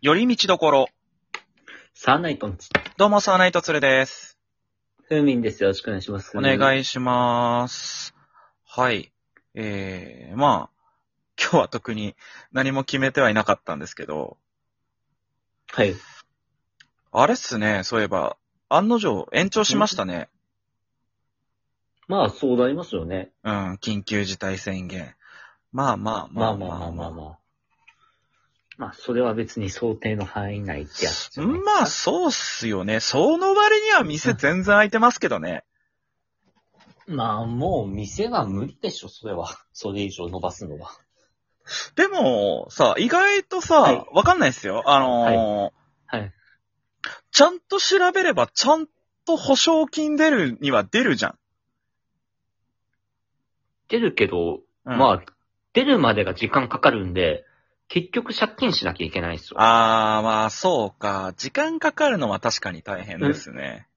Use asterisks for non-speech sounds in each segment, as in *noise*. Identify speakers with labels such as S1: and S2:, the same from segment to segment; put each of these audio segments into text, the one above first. S1: 寄り道どころ。
S2: サーナイトンチ。
S1: どうも、サーナイトツルです。
S2: ふーみんです。よろしくお願いします。
S1: お
S2: い。
S1: 願いします。はい。えー、まあ、今日は特に何も決めてはいなかったんですけど、
S2: はい。
S1: あれっすね、そういえば、案の定延長しましたね。
S2: まあ、そうなりますよね。
S1: うん、緊急事態宣言。まあまあま
S2: ま
S1: あ
S2: あまあまあまあまあ。まあ、それは別に想定の範囲内ってやつじゃ
S1: う
S2: ない
S1: んまあ、そうっすよね。その割には店全然開いてますけどね。
S2: まあ、もう店は無理でしょ、それは。それ以上伸ばすのは。
S1: でも、さ、意外とさ、
S2: は
S1: わ
S2: い、
S1: かんないっすよ。あのー
S2: はい。
S1: ちゃんと調べれば、ちゃんと保証金出るには出るじゃん。
S2: 出るけど、
S1: うん、
S2: まあ、出るまでが時間かかるんで、結局借金しなきゃいけないですよ。
S1: あー、まあ、そうか。時間かかるのは確かに大変ですね。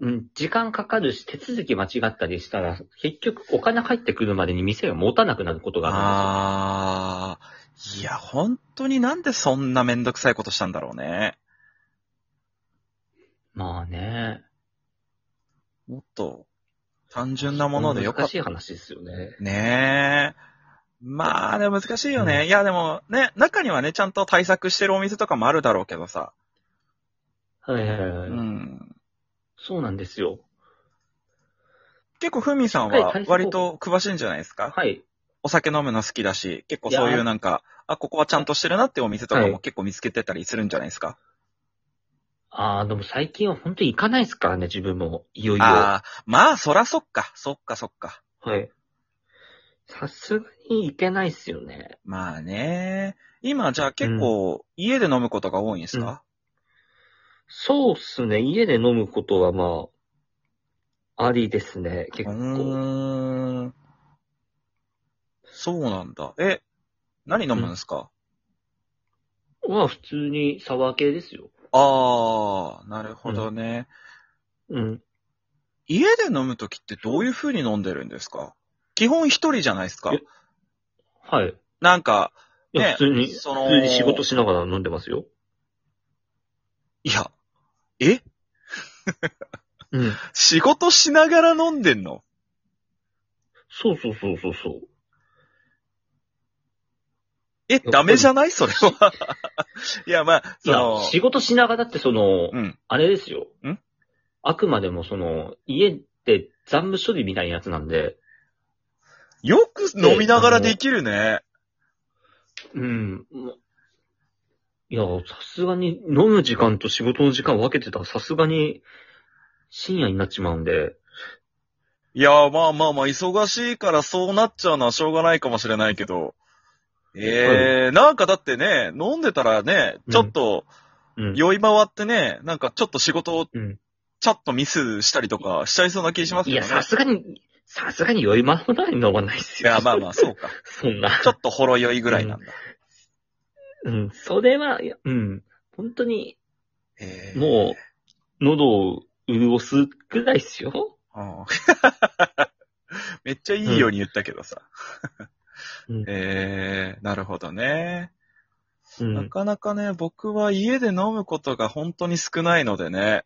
S2: うん、時間かかるし、手続き間違ったりしたら、結局お金入ってくるまでに店が持たなくなることがあ
S1: あー、いや、本当になんでそんなめんどくさいことしたんだろうね。
S2: るんですよ。まあね。
S1: もっと、単純なものでよか
S2: 難
S1: っ
S2: しい話ですよね。
S1: た。ねえ。まあ、でも難しいよね。いや、でもね、中にはね、ちゃんと対策してるお店とかもあるだろうけどさ。
S2: はいはいは
S1: う
S2: い。
S1: ん。
S2: そうなんですよ。
S1: 結構、ふみさん
S2: しっかり
S1: は
S2: 対策を
S1: 割と詳しいんじゃないですか
S2: はい。
S1: お酒飲むの好きだし、結構そうい
S2: いうや
S1: なんか、あ、ここはちゃんとしてるなってお店とか
S2: は
S1: も
S2: い
S1: 結構見つけてたりするんじゃないですか。
S2: ああ、でも最近は本当に行かないですからね、自分も。いよいよ。
S1: あ
S2: は
S1: あ、まあ、そらそっか、そっかそっか。
S2: い。さすがに行けないっすよね。
S1: まあね。今、じゃあ結構、家で飲むことが多いんですか、
S2: そうっすね。家で飲むことはまあ、ありですね、結
S1: う
S2: 構。
S1: ーん。そうなんだ。え、何飲むんですか、
S2: まあ、普通にサワー系ですよ。
S1: ああ、なるほどね。
S2: うん。
S1: 家で飲むときってどういう風に飲んでるんですか基本一人じゃないですか
S2: えはい。い
S1: なんか、
S2: や、
S1: ね
S2: 普通に、普
S1: その
S2: 通に仕事しながら飲んでますよ。
S1: いや、え
S2: うん。
S1: 仕事しながら飲んでんの
S2: そうそうそうそうそう。
S1: え、
S2: ぱり
S1: ダメじゃないそれは。 *laughs* いや、まあ、
S2: い
S1: そ
S2: や
S1: の、、
S2: 仕事しながらってその、
S1: うん。
S2: あれですよ。
S1: ん
S2: あくまでもその、家って残務処理みたいなやつなんで、
S1: よく飲みながらできるね。
S2: うん。いや、さすがに飲む時間と仕事の時間分けてたらさすがに深夜になっちまうんで、
S1: いや、まあまあまあ、忙しいからそうなっちゃうのはしょうがないかもしれないけど。ええなんかだってね、飲んでたらね、ちょっと
S2: うん。
S1: 酔い回ってね、なんかちょっと仕事を
S2: うん、
S1: ちょっとミスしたりとかしちゃいそうな気します
S2: い
S1: よ
S2: や、
S1: ね。
S2: さすがに、さすがに酔いまらない飲まないっす
S1: い
S2: よ。
S1: や、まあまあ、そうか。
S2: *laughs* そんな。
S1: ちょっとほろ酔いぐらいなんだ。
S2: うん。それは、いやうん。本当に、
S1: ええ
S2: もう、喉を潤すくらいっすよ。
S1: うんめっちゃいいように言ったけどさ。
S2: うん
S1: えー、なるほどね、
S2: う。
S1: なんかなかね、僕は家で飲むことが本当に少ないのでね。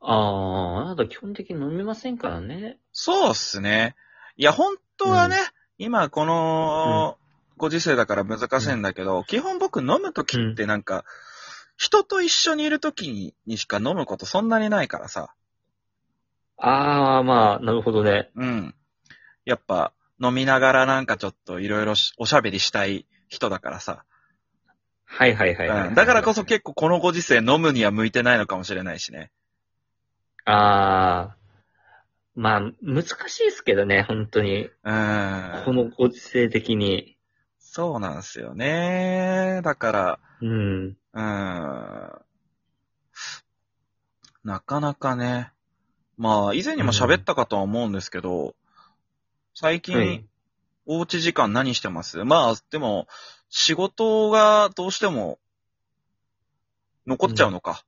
S2: ああ、あなた基本的に飲みませんからね。
S1: そうっすね。いや、本当はね、
S2: う
S1: 今この、ご時世だから難しいんだけど、基本僕飲むときってなんか、人と一緒にいるときににしか飲むことそんなにないからさ。
S2: ああ、まあ、なるほどね。
S1: うん。やっぱ、飲みながらなんかちょっといろいろおしゃべりしたい人だからさ。
S2: はいはいはいはい、
S1: うんだからこそ結構このご時世飲むには向いてないのかもしれないしね。
S2: ああ、まあ、難しいですけどね、本当に。
S1: う
S2: こ
S1: ん。
S2: のご時世的に。
S1: そうなんですよね。だか
S2: うん。
S1: ら、うん。なかなかね。まあ、以前にも喋ったかとは思うんですけど、最
S2: は
S1: 近
S2: い、
S1: おうち時間何してます、まあ、でも、仕事がどうしても残っちゃうのか。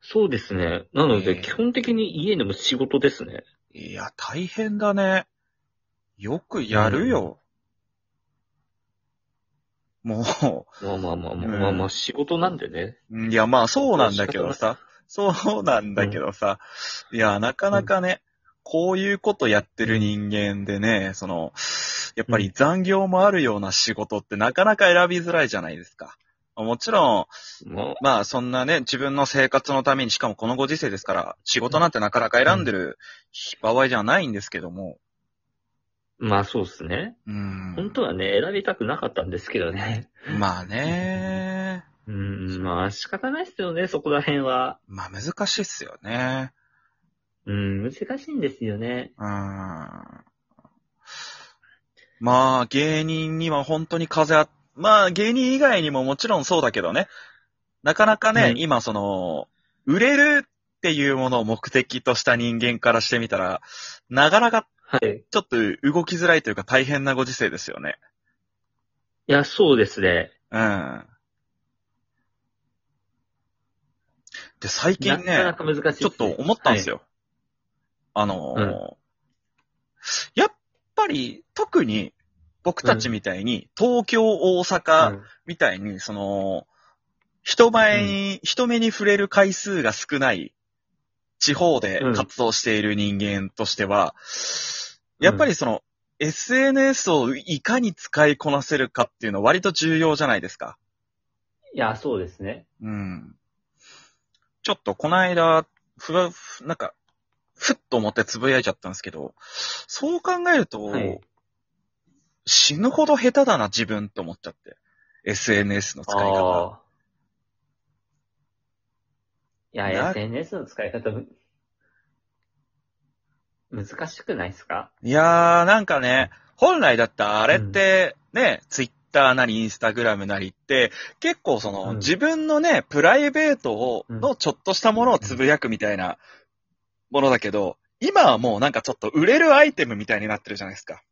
S2: そうですね。なの
S1: ええ
S2: で、基本的に家でも仕事ですね。
S1: いや、大変だね。よくやるよ。も
S2: まあまあまあまあ、
S1: うん
S2: まあまあ仕事なんでね。
S1: う、いや、まあそうなんだけどさ、そうなんだけどさ、いや、なかなかね、こういうことやってる人間でね、その、やっぱり残業もあるような仕事ってなかなか選びづらいじゃないですか。もちろん、
S2: まあ、
S1: まあそんなね、自分の生活のために、しかもこのご時世ですから、仕事なんてなかなか選んでる場合じゃないんですけども、
S2: まあそうですね。
S1: うん。
S2: 本当はね、選びたくなかったんですけどね。
S1: まあね、
S2: うん、まあ仕方ないっすよね、そこら辺は。
S1: まあ難しいっすよね。
S2: うん、難しいんですよね。
S1: うーん。まあ芸人には本当に風あ、まあ芸人以外にももちろんそうだけどね、なかなかね、
S2: うん
S1: 今その、売れるっていうものを目的とした人間からしてみたら、なかなか
S2: はい。
S1: ちょっと動きづらいというか大変なご時世ですよね。
S2: いや、そうですね。
S1: うん。で、最近
S2: な
S1: ね、
S2: かなか難しいっすね、
S1: ちょっと思ったんですよ。あのー
S2: うん
S1: やっぱり特に僕たちみたいに、東京、大
S2: はい。
S1: 阪みたいに、その、人前に、人目に触れる回数が少ない地方で
S2: うん
S1: 活動している人間としては、やっぱりその、SNS をいかに使いこなせるかっていうのは割と重要じゃないですか。
S2: いや、そうですね。
S1: うん。ちょっとこの間、ふわ、ふなんか、ふっと思ってつぶやいちゃったんですけど、そう考えると、
S2: はい
S1: 死ぬほど下手だな自分って思っちゃって。SNS の使い方。
S2: ああ。いや、
S1: な
S2: SNS の使い方、む難しくないですか
S1: いやー、なんかね、本来だったらあれって、ね、ツイッターなりインスタグラムなりって、結構その、
S2: うん
S1: 自分のね、プライベートを、
S2: うん
S1: のちょっとしたものをつぶやくみたいなものだけど、今はもうなんかちょっと売れるアイテムみたいになってるじゃないですか。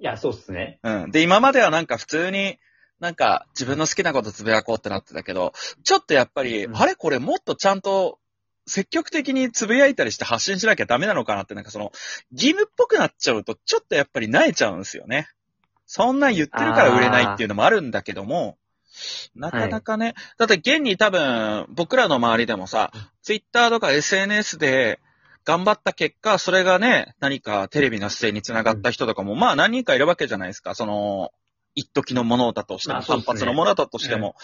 S2: いや、そうっすね。
S1: うん。で、今まではなんか普通に、なんか自分の好きなことつぶやこうってなってたけど、ちょっとやっぱり、
S2: うん
S1: あれこれもっとちゃんと積極的につぶやいたりして発信しなきゃダメなのかなって、なんかその、義務っぽくなっちゃうと、ちょっとやっぱり慣れちゃうんですよね。そんなん言ってるから売れないっていうのもあるんだけども、なかなかね、だって現に多分、僕らの周りでもさ、ツイッターとか SNS で頑張った結果、それがね、何かテレビの出演につながった人とかも、まあ何人かいるわけじゃないですか。その、一時のものだとして
S2: ま
S1: も、
S2: あそう
S1: 散
S2: です
S1: 髪
S2: ね
S1: のものだとしても。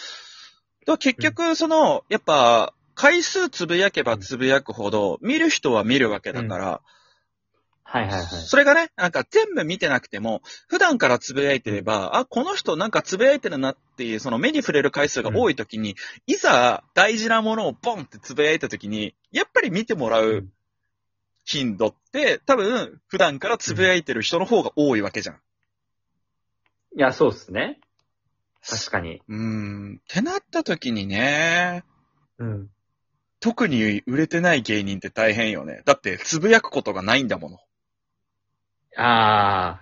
S1: だから結局、その、やっぱ、回数つぶやけばつぶやくほど、見る人は見るわけだから、
S2: はいはいはい。
S1: それがね、なんか全部見てなくても、普段からつぶやいてれば、あ、この人なんかつぶやいてるなっていう、その目に触れる回数が多い時に、いざ大事なものをボンってつぶやいた時に、やっぱり見てもらう頻度って、多分、普段からつぶやいてる人の方が多いわけじゃん。
S2: いや、そうっすね。確かに。
S1: うーん。ってなった時にね、
S2: うん。
S1: 特に売れてない芸人って大変よね。だって、つぶやくことがないんだもの。
S2: ああ。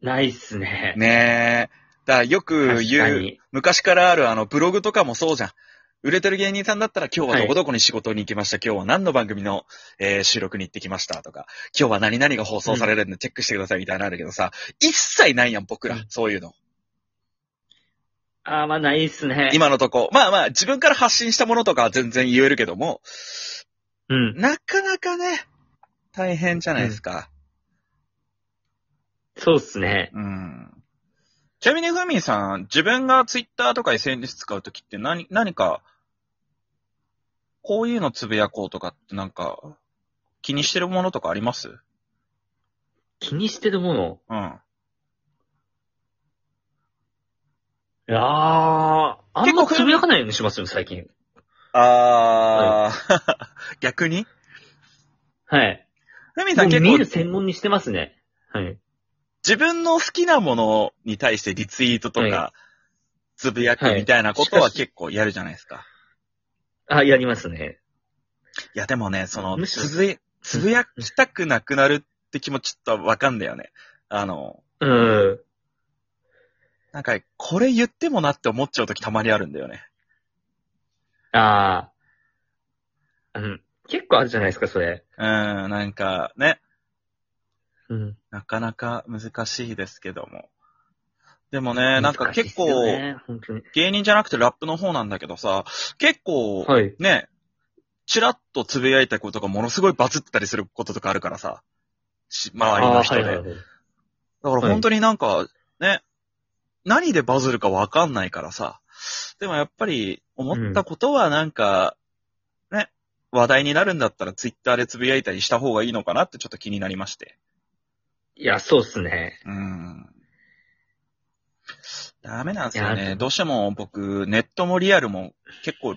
S2: ないっすね。
S1: ねえ。だからよく
S2: 確か
S1: 言う、
S2: に。
S1: 昔からあるあのブログとかもそうじゃん。売れてる芸人さんだったら今日はどこどこに仕事に行きました、今日は何の番組の、えー収録に行ってきましたとか、今日は何々が放送されるんでチェックしてくださいみたいなのあるけどさ、一切ないやん僕ら、
S2: うん
S1: そういうの。
S2: ああ、まあないっすね。。
S1: 今のとこ。まあまあ自分から発信したものとかは全然言えるけども、
S2: うん。
S1: なかなかね、大変じゃないですか。
S2: そうっすね。
S1: うん。ちなみにふみんさん、自分がツイッターとか SNS 使うときって何、何か、こういうのつぶやこうとかってなんか、気にしてるものとかあります
S2: 気にしてるもの。
S1: うん。
S2: いやー、あん
S1: 結構
S2: ま
S1: ふ
S2: つぶやかないようにしますよ、最近。
S1: あー、
S2: *laughs*
S1: 逆に
S2: はい。
S1: ふみん
S2: も
S1: さ
S2: うん
S1: 結
S2: 見る
S1: 構、
S2: 専門にしてますね。はい。
S1: 自分の好きなものに対してリツイートと
S2: は
S1: か、つぶやくみたいなことは結構やるじゃないですか。
S2: あ、やりますね。
S1: いや、でもね、その、
S2: むしろ
S1: つぶや、つぶやきたくなくなるって気持ちちょっとわかんだよね。あの、
S2: うん。
S1: なんか、これ言ってもなって思っちゃうときたまにあるんだよね。
S2: ああ。うん。結構あるじゃないですか、それ。
S1: うん、なんか、ね、
S2: うん。
S1: なかなか難しいですけども。でもね、なんか結構、
S2: 難しいっすよね、本当に。
S1: 芸人じゃなくてラップの方なんだけどさ、結構、
S2: はい。
S1: ね、チラッとつぶやいたことがものすごいバズってたりすることとかあるからさ、し周りの人で。
S2: あーはいはいはい
S1: だから本当になんか、ね、何でバズるかわかんないからさ。でもやっぱり思ったことはなんか、ね、話題になるんだったらツイッターでつぶやいたりした方がいいのかなってちょっと気になりまして。
S2: いや、そうっすね。
S1: うん。ダメなんですよ
S2: いやで
S1: ね。
S2: も
S1: どうしても僕、ネットもリアルも結構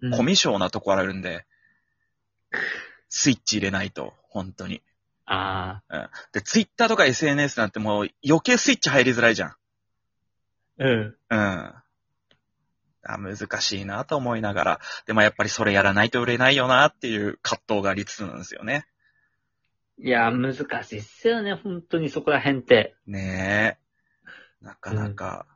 S2: うん
S1: コミショなとこあるんで、スイッチ入れないと、本当に。
S2: あ
S1: で、ツイッターとか SNS なんてもう余計スイッチ入りづらいじゃん。
S2: あ。うん。
S1: うん。あ難しいなと思いながら、でもやっぱりそれやらないと売れないよなっていう葛藤がありつつなんですよね。
S2: いや、難しいっすよね、本当にそこら辺って。
S1: ねえ。なかなか、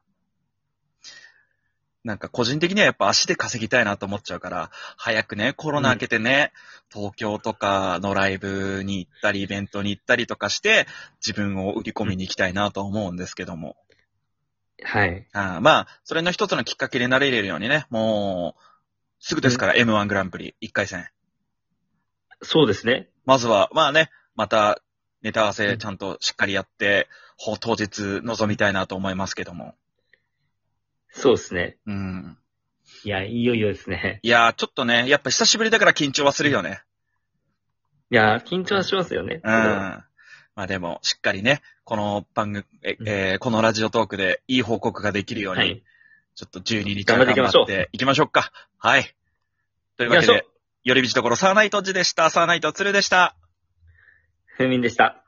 S1: なんか個人的にはやっぱ足で稼ぎたいなと思っちゃうから、早くね、コロナ明けてね、東京とかのライブに行ったり、イベントに行ったりとかして、自分を売り込みに行きたいなと思うんですけども。
S2: はい。
S1: ああまあ、それの一つのきっかけになれるようにね、もう、すぐですから、M1 グランプリ、1回戦。
S2: そうですね。
S1: まずは、まあね、また、ネタ合わ
S2: う
S1: せ
S2: ん
S1: ちゃんとしっかりやって、ほ当日臨みたいなと思いますけども。
S2: そうですね。
S1: うん。
S2: いや、いよいよですね。
S1: いやー、ちょっとね、やっぱ久しぶりだから緊張はするよね。
S2: いや、緊張はしますよね。
S1: うん。まあでも、しっかりね、この番組、え、
S2: うん
S1: えーこのラジオトークでいい報告ができるように、
S2: はい。
S1: ちょっと12日
S2: 頑張っていきましょう
S1: 頑張っていきましょうか。はい。というわけ
S2: 行きましょ
S1: で、寄り道ところサーナイトジでした。サーナイトツルでした。
S2: ふみんでした。